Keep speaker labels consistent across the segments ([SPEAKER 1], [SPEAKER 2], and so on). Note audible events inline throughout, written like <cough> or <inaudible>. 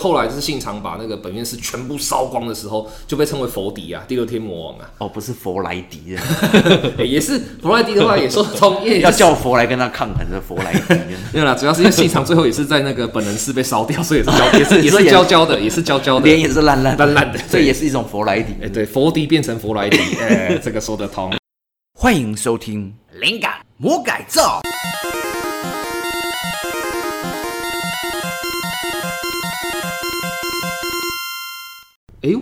[SPEAKER 1] 后来就是信长把那个本院寺全部烧光的时候，就被称为佛迪啊，第六天魔王啊， <laughs>
[SPEAKER 2] 哦，不是佛莱迪，
[SPEAKER 1] 欸也是弗莱迪的话也说得通，因为
[SPEAKER 2] <laughs> 要叫佛来跟他抗衡的佛莱迪。
[SPEAKER 1] <laughs> 没有啦，主要是因为信长最后也是在那个本能寺被烧掉，所以也
[SPEAKER 2] <laughs>
[SPEAKER 1] 是焦，也是也
[SPEAKER 2] 所
[SPEAKER 1] 是
[SPEAKER 2] 以也
[SPEAKER 1] 焦焦的，也是焦焦的。
[SPEAKER 2] 脸也是烂烂
[SPEAKER 1] 烂烂的
[SPEAKER 2] 这也是一种佛莱迪。
[SPEAKER 1] 哎、对，佛迪变成佛莱 <laughs> 迪，哎、这个说得通。
[SPEAKER 2] 欢迎收听《灵感魔改造》。
[SPEAKER 1] 哎呦，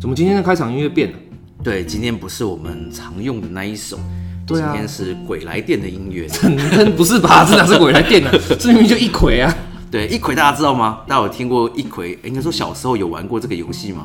[SPEAKER 1] 怎么今天的开场音乐变了？
[SPEAKER 2] 对，今天不是我们常用的那一首，
[SPEAKER 1] 对啊
[SPEAKER 2] 今天是鬼来电的音乐。
[SPEAKER 1] 嗯，不是吧？这哪是鬼来电啊？这明明就一魁啊！ <laughs>
[SPEAKER 2] 对，一葵大家知道吗？大家有听过一葵？应该说小时候有玩过这个游戏吗？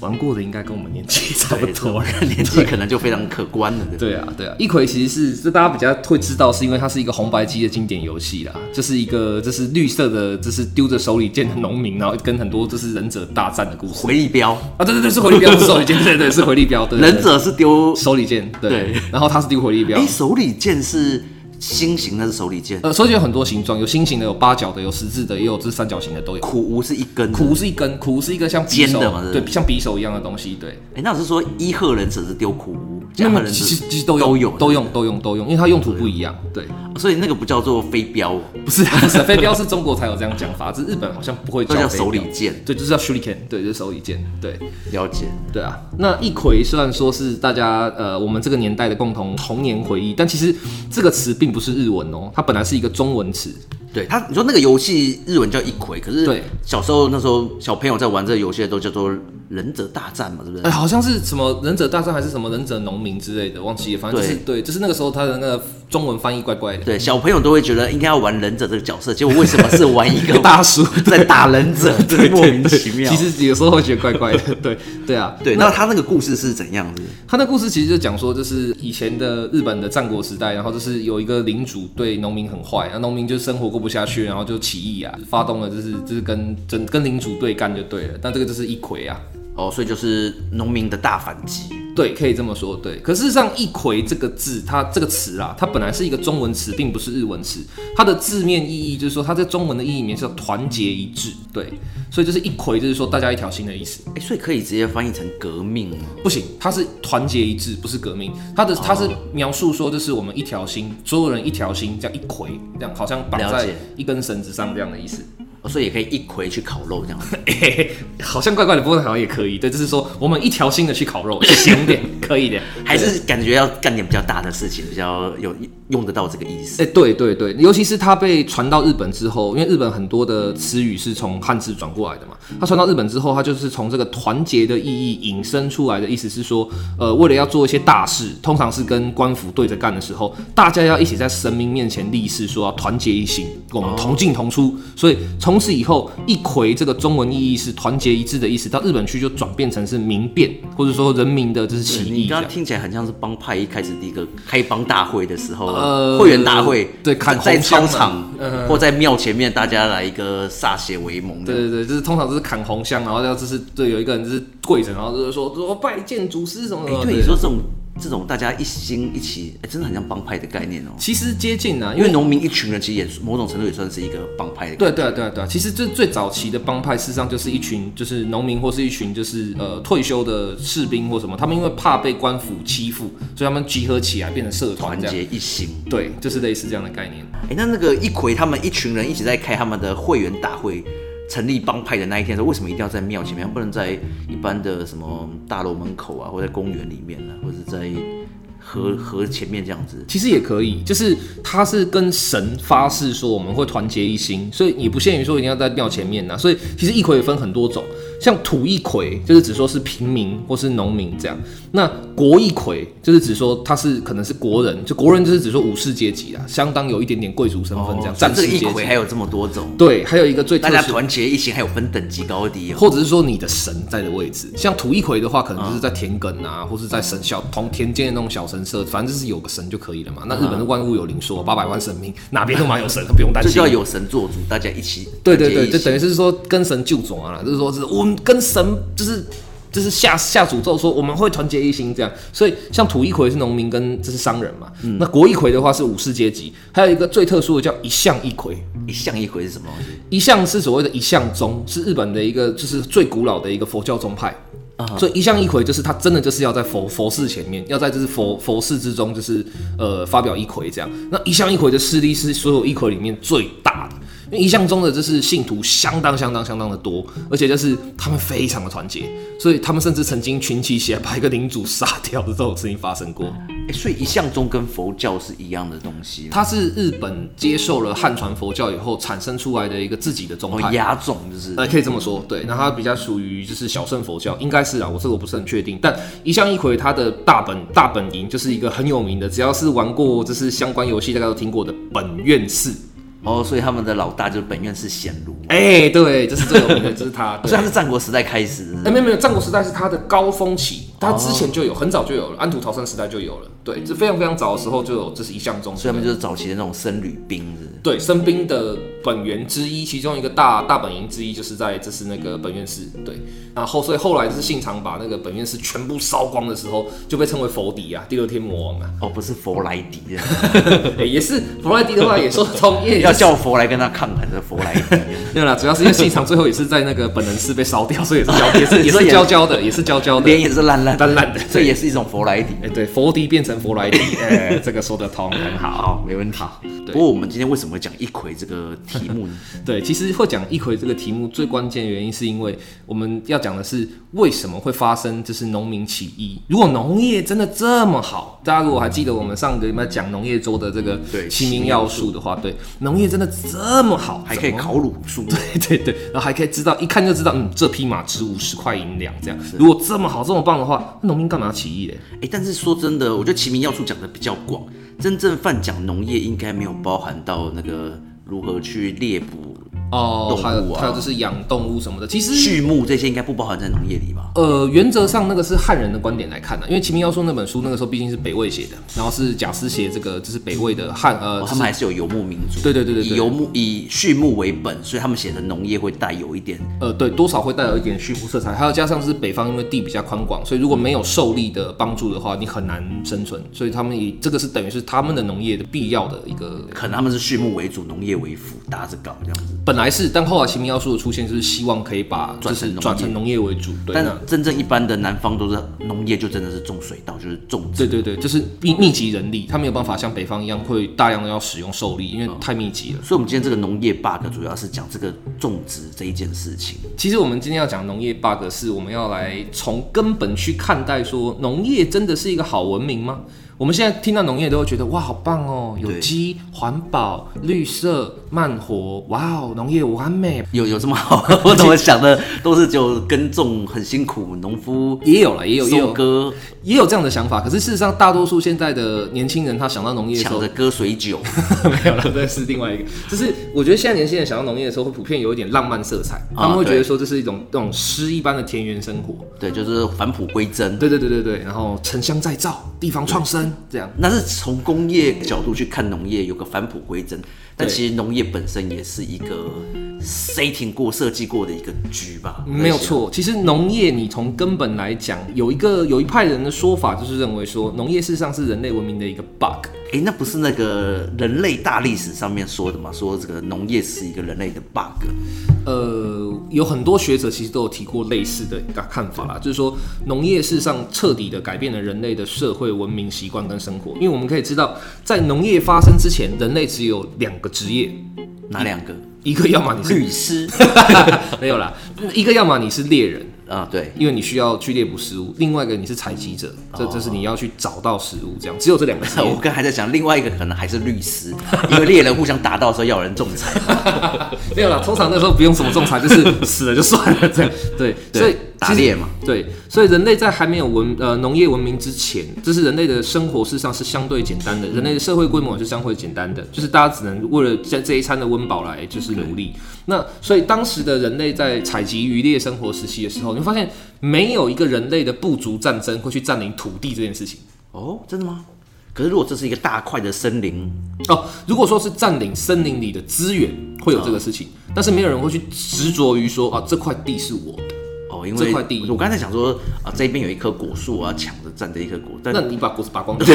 [SPEAKER 1] 玩过的应该跟我们年纪差不多。
[SPEAKER 2] 对年纪可能就非常可观了。对不对
[SPEAKER 1] 对啊，对啊，一魁其实是这大家比较会知道，是因为它是一个红白机的经典游戏啦，就是一个就是绿色的，就是丢着手里剑的农民，然后跟很多就是忍者大战的故事
[SPEAKER 2] 回力镖，
[SPEAKER 1] 啊，对对对，是回力镖，不是手里剑，对对是回力镖，对对对
[SPEAKER 2] 忍者是丢，
[SPEAKER 1] 手里剑，对，
[SPEAKER 2] 对
[SPEAKER 1] 然后它是丢回力镖
[SPEAKER 2] 哎，。手里剑是心形的，是手里剑。
[SPEAKER 1] 呃，手里剑有很多形状，有心形的，有八角的，有十字的，也有这三角形的都有。
[SPEAKER 2] 苦无是一根的。
[SPEAKER 1] 苦是一根，苦是一个像匕
[SPEAKER 2] 尖
[SPEAKER 1] 首
[SPEAKER 2] 的嘛对不对
[SPEAKER 1] 对，像匕首一样的东西，对。
[SPEAKER 2] 哎，那我是说伊贺忍者是丢苦无，
[SPEAKER 1] 那
[SPEAKER 2] 加贺
[SPEAKER 1] 么
[SPEAKER 2] 忍
[SPEAKER 1] 其实
[SPEAKER 2] 者
[SPEAKER 1] 其实都有
[SPEAKER 2] 都有
[SPEAKER 1] 都用都用都用，因为它用途不一样。对，
[SPEAKER 2] 所以那个不叫做飞镖，
[SPEAKER 1] 不 <laughs> 是啊不是啊，飞镖是中国才有这样讲法，这日本好像不会
[SPEAKER 2] 都叫
[SPEAKER 1] 飞
[SPEAKER 2] 手
[SPEAKER 1] 镖
[SPEAKER 2] 里剑。
[SPEAKER 1] 对，就是叫 shuriken，对，就是手里剑，对
[SPEAKER 2] 了解。
[SPEAKER 1] 对啊。那一葵虽然说是大家呃我们这个年代的共同童年回忆，但其实这个词并不是日文哦，它本来是一个中文词，
[SPEAKER 2] 对他，你说那个游戏日文叫一葵，可是
[SPEAKER 1] 对
[SPEAKER 2] 小时候那时候小朋友在玩这个游戏的都叫做忍者大战嘛，对不
[SPEAKER 1] 哎、
[SPEAKER 2] 对？
[SPEAKER 1] 好像是什么忍者大战还是什么忍者农民之类的，忘记了，反正就是对，就是那个时候它的那个中文翻译怪怪的。
[SPEAKER 2] 对，小朋友都会觉得应该要玩忍者这个角色，结果为什么是玩一 <laughs> 个
[SPEAKER 1] 大叔
[SPEAKER 2] 在打
[SPEAKER 1] <laughs>
[SPEAKER 2] 忍者，真是莫名其妙。
[SPEAKER 1] 其实有时候会觉得怪怪的，对对啊，
[SPEAKER 2] 对，那他那个故事是怎样的？
[SPEAKER 1] 他那故事其实就讲说，就是以前的日本的战国时代，然后就是有一个领主对农民很坏，那农民就生活过不下去，然后就起义啊，发动了就是就是跟跟跟领主对干就对了。但这个就是一揆啊，
[SPEAKER 2] 哦，所以就是农民的大反击。
[SPEAKER 1] 对，可以这么说，对。可事实上，“一揆”这个字，它这个词啊，它本来是一个中文词，并不是日文词。它的字面意义就是说，它在中文的意义里面是要团结一致，对。所以就是一揆，就是说大家一条心的意思。
[SPEAKER 2] 哎，所以可以直接翻译成革命吗？
[SPEAKER 1] 不行，它是团结一致，不是革命。它
[SPEAKER 2] 哦
[SPEAKER 1] 的它是描述说，就是我们一条心，所有人一条心，这样一揆，这样好像绑
[SPEAKER 2] 了
[SPEAKER 1] 在
[SPEAKER 2] 解
[SPEAKER 1] 一根绳子上这样的意思。
[SPEAKER 2] 哦所以也可以一葵去烤肉这样。
[SPEAKER 1] 嘿嘿，好像怪怪的，不过好像也可以。对，就是说我们一条心的去烤肉，行
[SPEAKER 2] <laughs>
[SPEAKER 1] 点，可以的。
[SPEAKER 2] 还是感觉要干点比较大的事情，比较有用得到这个意思。
[SPEAKER 1] 哎、对对对，尤其是它被传到日本之后，因为日本很多的词语是从汉字转过来的嘛，它传到日本之后，它就是从这个团结的意义引申出来的，意思是说，呃，为了要做一些大事，通常是跟官府对着干的时候，大家要一起在神明面前立誓，说要团结一心，我
[SPEAKER 2] 哦
[SPEAKER 1] 们同进同出。所以从此以后，一揆这个中文意义是团结一致的意思，到日本去就转变成是民变，或者说人民的就是起
[SPEAKER 2] 你
[SPEAKER 1] 义这
[SPEAKER 2] 刚
[SPEAKER 1] 样
[SPEAKER 2] 刚。听起来很像是帮派一开始第一个开帮大会的时候，
[SPEAKER 1] 呃
[SPEAKER 2] 会员大会，
[SPEAKER 1] 对砍
[SPEAKER 2] 在
[SPEAKER 1] 红香啊
[SPEAKER 2] 操场、或在庙前面，大家来一个歃血为盟
[SPEAKER 1] 对
[SPEAKER 2] 的。
[SPEAKER 1] 对对，就是通常就是砍红香，然后要就是对有一个人就是跪着，然后就是说说拜见祖师什么什
[SPEAKER 2] 哎
[SPEAKER 1] 么。
[SPEAKER 2] 对，你说这种这种大家一心一起，哎，真的很像帮派的概念哦。
[SPEAKER 1] 其实接近啊，因
[SPEAKER 2] 因
[SPEAKER 1] 为
[SPEAKER 2] 为农民一群人，其实也某种程度也算是一个帮派的。
[SPEAKER 1] 对啊对对对，其实最最早期的帮派，事实上就是一群就是农民或是一群就是呃退休的士兵或什么，他们因为怕被官府欺负，所以他们集合起来变成社团
[SPEAKER 2] 团
[SPEAKER 1] 这样。
[SPEAKER 2] 结一心。
[SPEAKER 1] 对，就是类似这样的概念。
[SPEAKER 2] 哎，那那个一葵他们一群人一起在开他们的会员大会，成立帮派的那一天的时候，为什么一定要在庙前面，不能在一般的什么大楼门口啊，或者在公园里面啊，或者是在
[SPEAKER 1] 嗯
[SPEAKER 2] 河河前面这样子？
[SPEAKER 1] 其实也可以，就是他是跟神发誓说我们会团结一心，所以也不限于说一定要在庙前面啊呐、所以其实一揆也分很多种，像土一揆就是只说是平民或是农民这样，那国一揆就是只说他是可能是国人，就国人就是只说武士阶级啊，相当有一点点贵族身份这样，
[SPEAKER 2] 所以
[SPEAKER 1] 战
[SPEAKER 2] 哦这
[SPEAKER 1] 士
[SPEAKER 2] 个
[SPEAKER 1] 阶
[SPEAKER 2] 一
[SPEAKER 1] 级。
[SPEAKER 2] 葵还有这么多种，
[SPEAKER 1] 对，还有一个最特
[SPEAKER 2] 大家
[SPEAKER 1] 殊
[SPEAKER 2] 团结一心，还有分等级高低、哦。
[SPEAKER 1] 或者是说你的神在的位置，像土一魁的话，可能就是在田埂啊，或是在神小同田间的那种小神社，反正就是有个神就可以了
[SPEAKER 2] 啊
[SPEAKER 1] 嘛。那日本的万物有灵说，八百万神明，哪边都蛮有神，不用担
[SPEAKER 2] 这
[SPEAKER 1] 心
[SPEAKER 2] 就要。有神做主，大家一起
[SPEAKER 1] 对对
[SPEAKER 2] 团结
[SPEAKER 1] 对，
[SPEAKER 2] 一
[SPEAKER 1] 就
[SPEAKER 2] 心
[SPEAKER 1] 等于是说跟神就种啊，就是说是我们跟神就是就是下下诅咒说我们会团结一心这样。所以像土一魁是农民跟这是商人嘛，
[SPEAKER 2] 嗯
[SPEAKER 1] 那国一魁的话是武士阶级，还有一个最特殊的叫一向一魁，
[SPEAKER 2] 一向一回是什么东西？
[SPEAKER 1] 一向是所谓的一向宗，是日本的一个就是最古老的一个佛教宗派。所以一向一魁就是他真的就是要在佛佛寺前面，要在就是佛佛寺之中，就是呃发表一魁这样。那一向一魁的势力是所有一魁里面最大的，因为一向宗的就是信徒相当相当相当的多，而且就是他们非常的团结，所以他们甚至曾经群起起来把一个领主杀掉的这种事情发生过。
[SPEAKER 2] 哎，所以一向宗跟佛教是一样的东西吗，
[SPEAKER 1] 它是日本接受了汉传佛教以后产生出来的一个自己的宗
[SPEAKER 2] 哦，
[SPEAKER 1] 派。
[SPEAKER 2] 压种就是
[SPEAKER 1] 呃，可以这么说，对，那它比较属于就是小圣佛教，应该是啊，我这个我不是很确定。但一向一葵它的大本大本营就是一个很有名的，只要是玩过就是相关游戏大家都听过的本院寺。
[SPEAKER 2] 哦，所以他们的老大就是本院是显儒嘛，
[SPEAKER 1] 哎、对，这是最有名的，这是
[SPEAKER 2] <laughs>
[SPEAKER 1] 它。
[SPEAKER 2] 所以
[SPEAKER 1] 对，
[SPEAKER 2] 他是战国时代开始
[SPEAKER 1] 哎，没有没有，战国时代是它的高峰期，它之
[SPEAKER 2] 哦
[SPEAKER 1] 前就有，很早就有了，安土桃山时代就有了，对，这非常非常早的时候就有，这是一向宗。
[SPEAKER 2] 所以他们就是早期的那种僧侣兵是不是
[SPEAKER 1] 对，生兵的本源之一，其中一个大大本营之一就是在这是那个本院寺。对，然后所以后来就是信长把那个本院寺全部烧光的时候，就被称为佛迪啊，第六天魔王啊。 <laughs>
[SPEAKER 2] 哦，不是佛莱迪这样，
[SPEAKER 1] 哎也是弗莱迪的话也说得通，因为
[SPEAKER 2] <laughs> <laughs> 要叫佛来跟他抗衡的佛莱迪。
[SPEAKER 1] 没有啦，主要是因为信长最后也是在那个本能寺被烧掉，所以也是焦也是也
[SPEAKER 2] 所
[SPEAKER 1] 是
[SPEAKER 2] 以也
[SPEAKER 1] 焦焦的，也是焦焦
[SPEAKER 2] <laughs>
[SPEAKER 1] 的，
[SPEAKER 2] 脸也是烂烂
[SPEAKER 1] 烂烂的
[SPEAKER 2] 所以也是一种佛莱迪。
[SPEAKER 1] 哎、对，佛迪变成佛莱迪，哎、这个说得通，很好。
[SPEAKER 2] 好，没问题。不过我们今天为什么会讲一魁这个题目
[SPEAKER 1] <laughs>
[SPEAKER 2] 呢？
[SPEAKER 1] 对，其实会讲一葵这个题目，最关键的原因是因为我们要讲的是为什么会发生就是农民起义。如果农业真的这么好，大家如果还记得我们上个礼拜讲农业周的这个
[SPEAKER 2] 对
[SPEAKER 1] 齐民要术的话，对，农业真的这么好，
[SPEAKER 2] 还可以
[SPEAKER 1] 怎么
[SPEAKER 2] 烤乳猪，
[SPEAKER 1] <laughs> 对对对，然后还可以知道，一看就知道，嗯，这匹马值五十块银两这样。如果这么好这么棒的话，那农民干嘛起义嘞？
[SPEAKER 2] 哎、但是说真的，我觉得齐民要术讲的比较广，真正泛讲农业应该没有包含到那个如何去猎捕、
[SPEAKER 1] 哦
[SPEAKER 2] 动，物
[SPEAKER 1] 还有
[SPEAKER 2] 啊
[SPEAKER 1] 还有就是养动物什么的，其实
[SPEAKER 2] 畜牧这些，应该不包含在农业里吧？
[SPEAKER 1] 呃，原则上那个是汉人的观点来看的、因为《齐民要术》那本书那个时候毕竟是北魏写的，然后是贾思勰这个就是北魏的汉呃，
[SPEAKER 2] 哦，
[SPEAKER 1] 就
[SPEAKER 2] 他
[SPEAKER 1] 是
[SPEAKER 2] 们还是有游牧民族，
[SPEAKER 1] 对对对对对
[SPEAKER 2] 以游牧以畜牧为本，所以他们写的农业会带有一点
[SPEAKER 1] 呃对，多少会带有一点虚浮色彩，还有加上是北方因为地比较宽广，所以如果没有受力的帮助的话，你很难生存，所以他们以这个是等于是他们的农业的必要的一个
[SPEAKER 2] 可能他们是畜牧为主，农业为辅，搭着搞这样子。
[SPEAKER 1] 本来是，但后来《齐民要术》的出现就是希望可以把就
[SPEAKER 2] 转成
[SPEAKER 1] 是
[SPEAKER 2] 农业
[SPEAKER 1] 转成农业为主，对，啊
[SPEAKER 2] 但
[SPEAKER 1] 那
[SPEAKER 2] 真正一般的南方都是农业，就真的是种水稻，就是种植。
[SPEAKER 1] 对对对，就是密密集人力，他没有办法像北方一样会大量的要使用受力，因为
[SPEAKER 2] 哦
[SPEAKER 1] 太密集了。
[SPEAKER 2] 所以，我们今天这个农业 bug 主要是讲这个种植这一件事情。
[SPEAKER 1] 其实我们今天要讲农业 bug，是我们要来从根本去看待说农业真的是一个好文明吗？我们现在听到农业都会觉得哇，好棒哦，有
[SPEAKER 2] 对
[SPEAKER 1] 机、环保、绿色、慢活，哇哦，农业完美。
[SPEAKER 2] 有有这么好？我怎么想的都是只有耕种很辛苦，农夫
[SPEAKER 1] 也有了，也有也
[SPEAKER 2] 收
[SPEAKER 1] 有
[SPEAKER 2] 割
[SPEAKER 1] 也有这样的想法，可是事实上，大多数现在的年轻人他想到农业的时
[SPEAKER 2] 抢
[SPEAKER 1] 候
[SPEAKER 2] 着，割水酒，
[SPEAKER 1] <laughs> 没有了，这是另外一个。就是我觉得现在年轻人想到农业的时候，会普遍有一点浪漫色彩，他们会觉得说这是一种那种诗一般的田园生活。
[SPEAKER 2] 对，就是返璞归真。
[SPEAKER 1] 对对对对对，然后城乡再造，地方创生这样。
[SPEAKER 2] 那是从工业角度去看农业，有个返璞归真，但
[SPEAKER 1] 对
[SPEAKER 2] 其实农业本身也是一个 setting 过、设计过的一个局吧。
[SPEAKER 1] 没有错，其实农业你从根本来讲，有一个有一派人的说法，就是认为说农业事实上是人类文明的一个 bug。
[SPEAKER 2] 哎、那不是那个人类大历史上面说的吗？说这个农业是一个人类的 bug。
[SPEAKER 1] 呃，有很多学者其实都有提过类似的看法啦，就是说农业事实上彻底的改变了人类的社会文明习惯跟生活，因为我们可以知道，在农业发生之前，人类只有两个职业，
[SPEAKER 2] 哪
[SPEAKER 1] <laughs>
[SPEAKER 2] 两个？
[SPEAKER 1] 一个要么你是
[SPEAKER 2] 律师
[SPEAKER 1] <laughs> 没有啦，一个要么你是猎人，
[SPEAKER 2] 啊，对， <laughs>
[SPEAKER 1] 因为你需要去猎捕食物；另外一个你是采集者，这这是你要去找到食物，这样只有这两个职业
[SPEAKER 2] 我。刚才在想，另外一个可能还是律师， <laughs> 因为猎人互相打到的时候要有人仲裁。
[SPEAKER 1] 没有啦，通常那时候不用什么仲裁，
[SPEAKER 2] <laughs>
[SPEAKER 1] 就是 <laughs> 死了就算了这样。对，所以
[SPEAKER 2] 打猎嘛。
[SPEAKER 1] 对，所以人类在还没有文呃农业文明之前，就是人类的生活事实上是相对简单的，
[SPEAKER 2] 嗯
[SPEAKER 1] 人类的社会规模也是相对简单的，就是大家只能为了在这一餐的温饱来就是努力。那所以当时的人类在采集渔猎生活时期的时候，你会发现没有一个人类的部族战争会去占领土地这件事情。
[SPEAKER 2] 哦，真的吗？可是如果这是一个大块的森林，
[SPEAKER 1] 哦，如果说是占领森林里
[SPEAKER 2] 哦
[SPEAKER 1] 的资源，会有这个事情，但是没有人会去执着于说啊，这块地是我的。
[SPEAKER 2] 哦，因
[SPEAKER 1] 这
[SPEAKER 2] 为
[SPEAKER 1] 块地
[SPEAKER 2] 我刚才想说啊，这边有一棵果树啊，抢着站着一棵果，但，
[SPEAKER 1] 那你把果子拔光
[SPEAKER 2] <laughs> 对，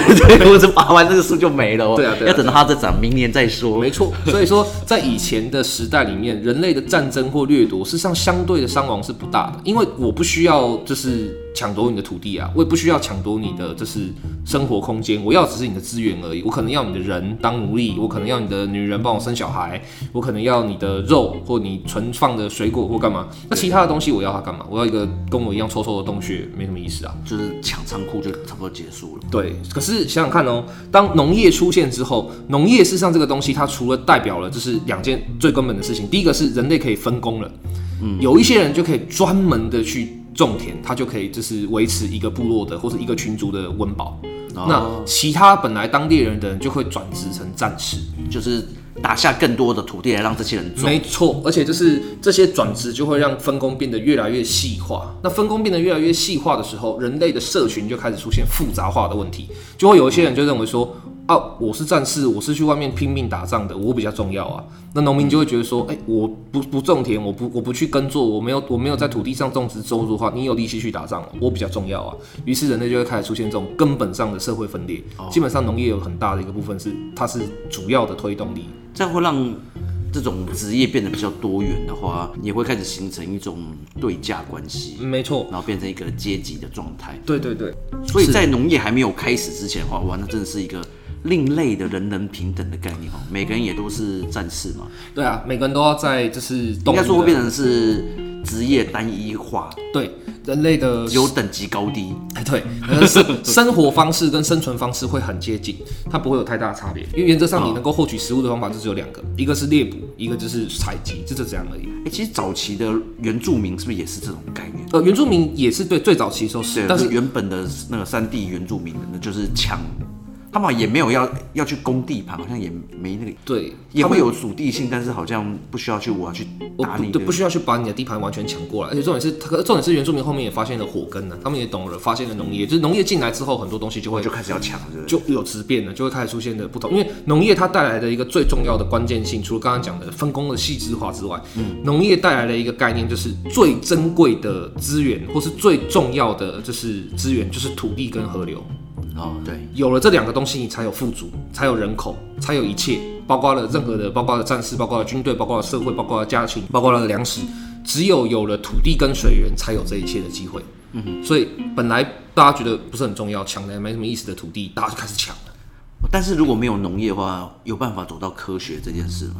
[SPEAKER 2] 我只拔完这个树就没了哦。
[SPEAKER 1] 对啊对啊
[SPEAKER 2] 要等到它再长，明年再说。
[SPEAKER 1] <laughs> 没错。所以说，在以前的时代里面，人类的战争或掠夺，事实上相对的伤亡是不大的，因为我不需要就是抢夺你的土地啊，我也不需要抢夺你的就是生活空间，我要只是你的资源而已。我可能要你的人当奴隶，我可能要你的女人帮我生小孩，我可能要你的肉或你存放的水果或干嘛。那其他的东西我要它干嘛？我要一个跟我一样臭臭的洞穴，没什么意思啊。
[SPEAKER 2] 就是抢仓库就差不多结束了。
[SPEAKER 1] 对，可是想想看哦，当农业出现之后，农业事实上这个东西，它除了代表了就是两件最根本的事情，第一个是人类可以分工了，嗯，有一些人就可以专门的去种田，他就可以就是维持一个部落的或是一个群族的温饱。那其他本来当地人的人就会转职成战士，
[SPEAKER 2] 就是打下更多的土地来让这些人种。
[SPEAKER 1] 没错，而且就是这些转职就会让分工变得越来越细化。那分工变得越来越细化的时候，人类的社群就开始出现复杂化的问题，就会有一些人就认为说。啊，我是战士，我是去外面拼命打仗的，我比较重要啊。那农民就会觉得说，哎、我不不种田，我不我不去耕作，我没有我没有在土地上种植收入的话，你有力气去打仗哦，我比较重要啊。于是人类就会开始出现这种根本上的社会分裂。基本上农业有很大的一个部分是它是主要的推动力。
[SPEAKER 2] 这样会让这种职业变得比较多元的话，也会开始形成一种对价关系，
[SPEAKER 1] 没错，
[SPEAKER 2] 然后变成一个阶级的状态。
[SPEAKER 1] 对对对。
[SPEAKER 2] 所以在农业还没有开始之前的话，哇，那真的是一个另类的人人平等的概念哦，每个人也都是战士嘛，
[SPEAKER 1] 对啊，每个人都要在就是
[SPEAKER 2] 应
[SPEAKER 1] 动
[SPEAKER 2] 该说
[SPEAKER 1] 物
[SPEAKER 2] 会
[SPEAKER 1] 的
[SPEAKER 2] 变成是职业单一化，
[SPEAKER 1] 对人类的
[SPEAKER 2] 只有等级高低。
[SPEAKER 1] 哎对，呃生
[SPEAKER 2] <laughs>
[SPEAKER 1] 生活方式跟生存方式会很接近，它不会有太大的差别，因为原则上
[SPEAKER 2] 啊
[SPEAKER 1] 你能够获取食物的方法就只有两个，一个是猎捕，一个就是采集，就就这样而已。
[SPEAKER 2] 哎、其实早期的原住民是不是也是这种概念？
[SPEAKER 1] 呃，原住民也是对最早期的时候是
[SPEAKER 2] 对，，
[SPEAKER 1] 但
[SPEAKER 2] 但
[SPEAKER 1] 是
[SPEAKER 2] 是原本的那个山地原住民的，那就是抢，他们也没有要要去攻地盘，好像也没那个，
[SPEAKER 1] 对
[SPEAKER 2] 也
[SPEAKER 1] 他们
[SPEAKER 2] 会有属地性，但是好像不需要去我要去
[SPEAKER 1] 我
[SPEAKER 2] 打
[SPEAKER 1] 哦不
[SPEAKER 2] 你的
[SPEAKER 1] 对，不需要去把你的地盘完全抢过来，而且重点是，可重点是原住民后面也发现了火根呢、啊他们也懂了，发现了农业，就是农业进来之后，很多东西就会
[SPEAKER 2] 就开始要抢，对不对？
[SPEAKER 1] 就有质变了，就会开始出现的不同。因为农业它带来的一个最重要的关键性，除了刚刚讲的分工的细致化之外，农、业带来的一个概念就是最珍贵的资源，或是最重要的就是资源，就是土地跟河流。
[SPEAKER 2] 哦，对，
[SPEAKER 1] 有了这两个东西，你才有富足，才有人口，才有一切，包括了任何的，包括了战士，包括了军队，包括了社会，包括了家庭，包括了粮食。只有有了土地跟水源，才有这一切的机会。嗯，所以本来大家觉得不是很重要，抢的没什么意思的土地，大家就开始抢了。
[SPEAKER 2] 但是如果没有农业的话，有办法走到科学这件事吗？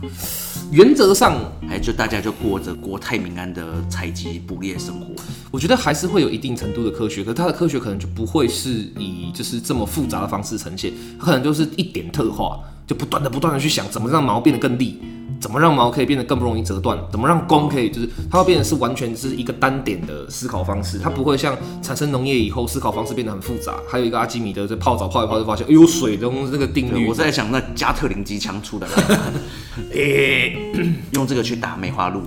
[SPEAKER 1] 原则上，
[SPEAKER 2] 还就大家就过着国泰民安的采集捕猎生活？
[SPEAKER 1] 我觉得还是会有一定程度的科学，可是它的科学可能就不会是以就是这么复杂的方式呈现，它可能就是一点特化，就不断的不断的去想怎么让毛变得更利，怎么让毛可以变得更不容易折断，怎么让弓可以就是它会变得是完全是一个单点的思考方式，它不会像产生农业以后思考方式变得很复杂。还有一个阿基米德在泡澡泡一泡就发现，哎呦水的这个定
[SPEAKER 2] 对
[SPEAKER 1] 律
[SPEAKER 2] 我，在想，那加特林机枪出来了，
[SPEAKER 1] <laughs>
[SPEAKER 2] <laughs> 用这个去打梅花鹿，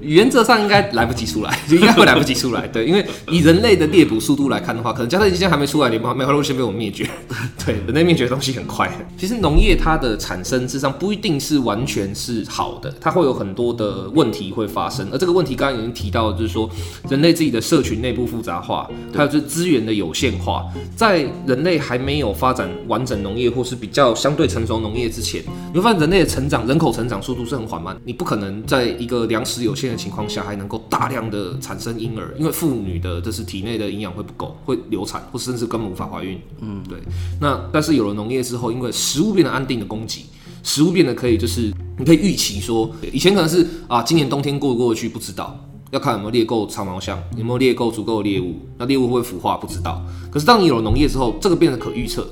[SPEAKER 1] 原则上应该来不及出来， <laughs> 应该会来不及出来。对，因为以人类的猎捕速度来看的话，可能加特林机枪还没出来，连梅花鹿先被我们灭绝。 <laughs> 对，人类灭绝的东西很快。其实农业它的产生，事实上不一定是完全是好的，它会有很多的问题会发生。而这个问题刚刚已经提到，就是说人类自己的社群内部复杂化，还有就是资源的有限化，在人类还没有发展完整农业或是比较相对成熟农业之前，你会发现人类的成长、人口成长速度是很缓慢。你不可能在一个粮食有限的情况下，还能够大量的产生婴儿，因为妇女的就是体内的营养会不够，会流产，或甚至根本无法怀孕。嗯，对。那但是有了农业之后，因为食物变得安定的供给，食物变得可以就是你可以预期说，以前可能是啊，今年冬天过不过得去不知道，要看有没有猎够长毛象，有没有猎够足够的猎物，那猎物会不会腐化不知道。可是当你有了农业之后，这个变得可预测。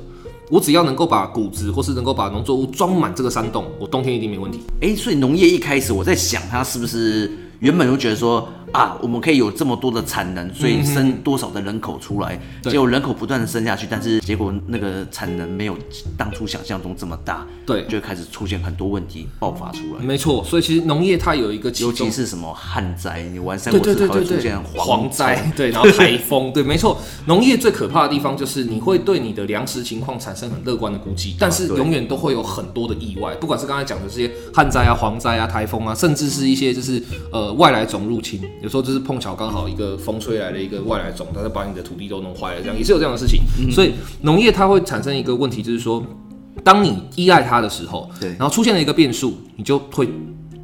[SPEAKER 1] 我只要能够把谷子或是能够把农作物装满这个山洞，我冬天一定没问题。
[SPEAKER 2] 哎、所以农业一开始我在想，它是不是原本就觉得说啊，我们可以有这么多的产能，所以生多少的人口出来，结果人口不断的生下去，但是结果那个产能没有当初想象中这么大，
[SPEAKER 1] 对
[SPEAKER 2] 就会开始出现很多问题爆发出来，
[SPEAKER 1] 没错，所以其实农业它有一个其
[SPEAKER 2] 尤
[SPEAKER 1] 中
[SPEAKER 2] 其是什么旱灾，你玩三
[SPEAKER 1] 对
[SPEAKER 2] 国
[SPEAKER 1] 对
[SPEAKER 2] 志
[SPEAKER 1] 对
[SPEAKER 2] 还会
[SPEAKER 1] 对
[SPEAKER 2] 出
[SPEAKER 1] 对
[SPEAKER 2] 现，
[SPEAKER 1] 蝗灾，对，然后台风，对，没错。农业最可怕的地方就是你会对你的粮食情况产生很乐观的估计，但是
[SPEAKER 2] 对
[SPEAKER 1] 永远都会有很多的意外，不管是刚才讲的这些旱灾啊、蝗灾啊、台风啊，甚至是一些就是呃外来种入侵，有时候就是碰巧刚好一个风吹来了一个外来种，它就把你的土地都弄坏了，这样也是有这样的事情。
[SPEAKER 2] 嗯
[SPEAKER 1] 所以农业它会产生一个问题，就是说，当你依赖它的时候，
[SPEAKER 2] 对
[SPEAKER 1] 然后出现了一个变数，你就会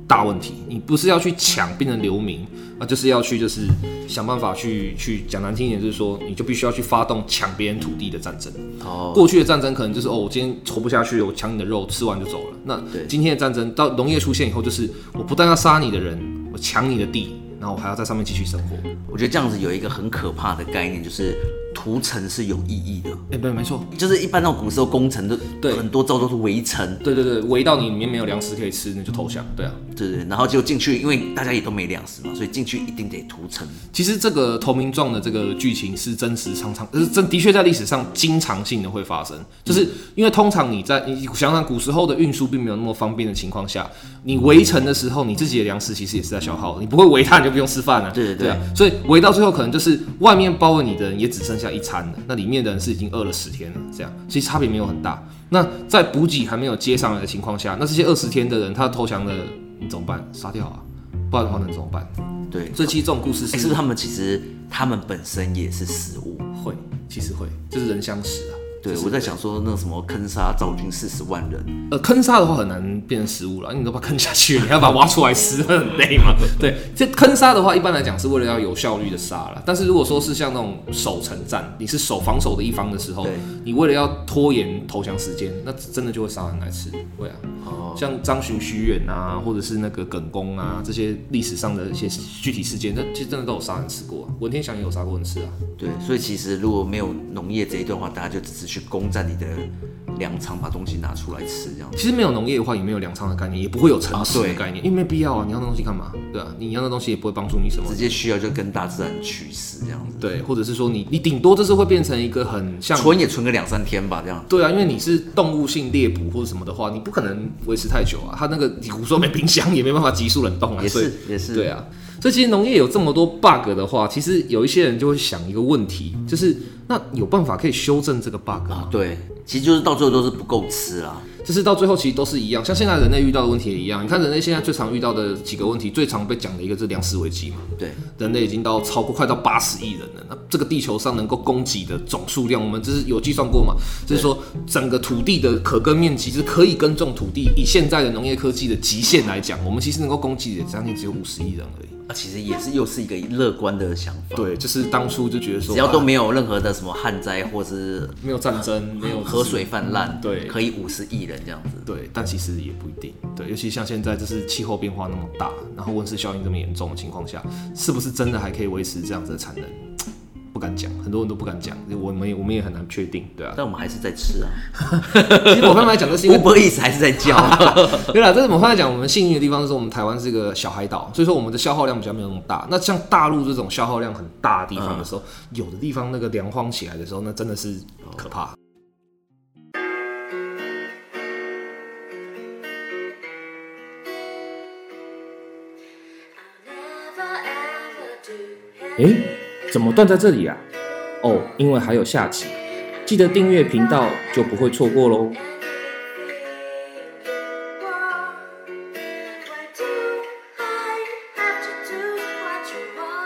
[SPEAKER 1] 大问题。你不是要去抢变成流民啊，就是要去就是想办法去去讲难听一点，就是说你就必须要去发动抢别人土地的战争。
[SPEAKER 2] 哦，
[SPEAKER 1] 过去的战争可能就是哦，我今天活不下去了，我抢你的肉，吃完就走了。那
[SPEAKER 2] 对
[SPEAKER 1] 今天的战争到农业出现以后，就是我不但要杀你的人，我抢你的地，然后我还要在上面继续生活。
[SPEAKER 2] 我觉得这样子有一个很可怕的概念，就是屠城是有意义的。
[SPEAKER 1] 哎、对，没错，
[SPEAKER 2] 就是一般那种古时候工程的，
[SPEAKER 1] 对
[SPEAKER 2] 很多招都是围城，
[SPEAKER 1] 对对对，围到你里面没有粮食可以吃，那就投降。对啊，
[SPEAKER 2] 对对，然后就进去，因为大家也都没粮食嘛，所以进去一定得屠城。
[SPEAKER 1] 其实这个投名状的这个剧情是真实常常，呃，真的确在历史上经常性的会发生，就是因为通常你在你想想古时候的运输并没有那么方便的情况下，你围城的时候，你自己的粮食其实也是在消耗的，你不会围它，你就不用吃饭了、
[SPEAKER 2] 对对对
[SPEAKER 1] 啊，所以围到最后可能就是外面包围你的人也只剩下一餐了，那里面的人是已经饿了十天了，这样其实差别没有很大。那在补给还没有接上来的情况下，那这些二十天的人他投降了，你怎么办？杀掉啊，不然的话能怎么办？哎
[SPEAKER 2] 对，诶
[SPEAKER 1] 所以其实这种故事
[SPEAKER 2] 是不是他们其实他们本身也是食物？
[SPEAKER 1] 会，其实会，就是人相食啊。
[SPEAKER 2] 对，我在想说那个什么坑杀赵军四十万人，
[SPEAKER 1] 呃，坑杀的话很难变成食物了，因为你都把它坑下去了，你还要把它挖出来吃， <laughs> 会很累嘛。对，这坑杀的话，一般来讲是为了要有效率的杀了。但是如果说是像那种守城战，你是守防守的一方的时候
[SPEAKER 2] 对，
[SPEAKER 1] 你为了要拖延投降时间，那真的就会杀人来吃。会啊，
[SPEAKER 2] 哦
[SPEAKER 1] 像张巡、徐远啊，或者是那个耿恭啊，这些历史上的一些具体事件，那其实真的都有杀人吃过啊。文天祥也有杀过人吃啊。
[SPEAKER 2] 对，所以其实如果没有农业这一段的话，大家就只是去攻占你的粮仓，把东西拿出来吃这样子。
[SPEAKER 1] 其实没有农业的话，也没有粮仓的概念，也不会有城市
[SPEAKER 2] 啊
[SPEAKER 1] 的
[SPEAKER 2] 对
[SPEAKER 1] 概念，因为没必要啊。你要那东西干嘛？对啊，你要那东西也不会帮助你什么
[SPEAKER 2] 直。接需要就跟大自然取食这样子，
[SPEAKER 1] 对，或者是说你你顶多就是会变成一个很像，
[SPEAKER 2] 存也存个两三天吧这样。
[SPEAKER 1] 对啊，因为你是动物性猎捕或者什么的话，你不可能维持太久啊。它那个你古时候没冰箱，也没办法急速冷冻啊，
[SPEAKER 2] 也
[SPEAKER 1] 所以
[SPEAKER 2] 是也是，
[SPEAKER 1] 对啊，所以其实农业有这么多 bug 的话，其实有一些人就会想一个问题，就是那有办法可以修正这个 bug 吗
[SPEAKER 2] 啊？对，其实就是到最后都是不够吃啦。
[SPEAKER 1] 就是到最后其实都是一样，像现在人类遇到的问题也一样。你看人类现在最常遇到的几个问题，最常被讲的一个是粮食危机嘛。
[SPEAKER 2] 对，
[SPEAKER 1] 人类已经到超过快到八十亿人了，那这个地球上能够供给的总数量，我们这是有计算过嘛？就是说整个土地的可耕面积，就是可以耕种土地，以现在的农业科技的极限来讲，我们其实能够供给的将近只有五十亿人而已。
[SPEAKER 2] 啊，其实也是又是一个乐观的想法。，
[SPEAKER 1] 对，就是当初就觉得说，
[SPEAKER 2] 只要都
[SPEAKER 1] 啊
[SPEAKER 2] 没有任何的什么旱灾或是
[SPEAKER 1] 没有战争，没有
[SPEAKER 2] 河水泛滥，
[SPEAKER 1] 嗯对
[SPEAKER 2] 可以五十亿人这样子。
[SPEAKER 1] 对，但其实也不一定。对，尤其像现在就是气候变化那么大，然后温室效应这么严重的情况下，是不是真的还可以维持这样子的产能？不敢讲，很多人都不敢讲，我们也我们也很难确定，对啊。
[SPEAKER 2] 但我们还是在吃啊，
[SPEAKER 1] 其实我刚才讲，这是因为
[SPEAKER 2] 乌波意思还是在叫、啊。
[SPEAKER 1] <laughs> 对啦，这是我们刚才讲，我们幸运的地方就是我们台湾是个小海岛，所以说我们的消耗量比较没有那么大。那像大陆这种消耗量很大的地方的时候，有的地方那个粮荒起来的时候，那真的是可怕。
[SPEAKER 3] 诶，
[SPEAKER 1] 怎么断在这里啊？哦，因为还有下集，记得订阅频道就不会错过喽。
[SPEAKER 3] Why do I have to do what you want?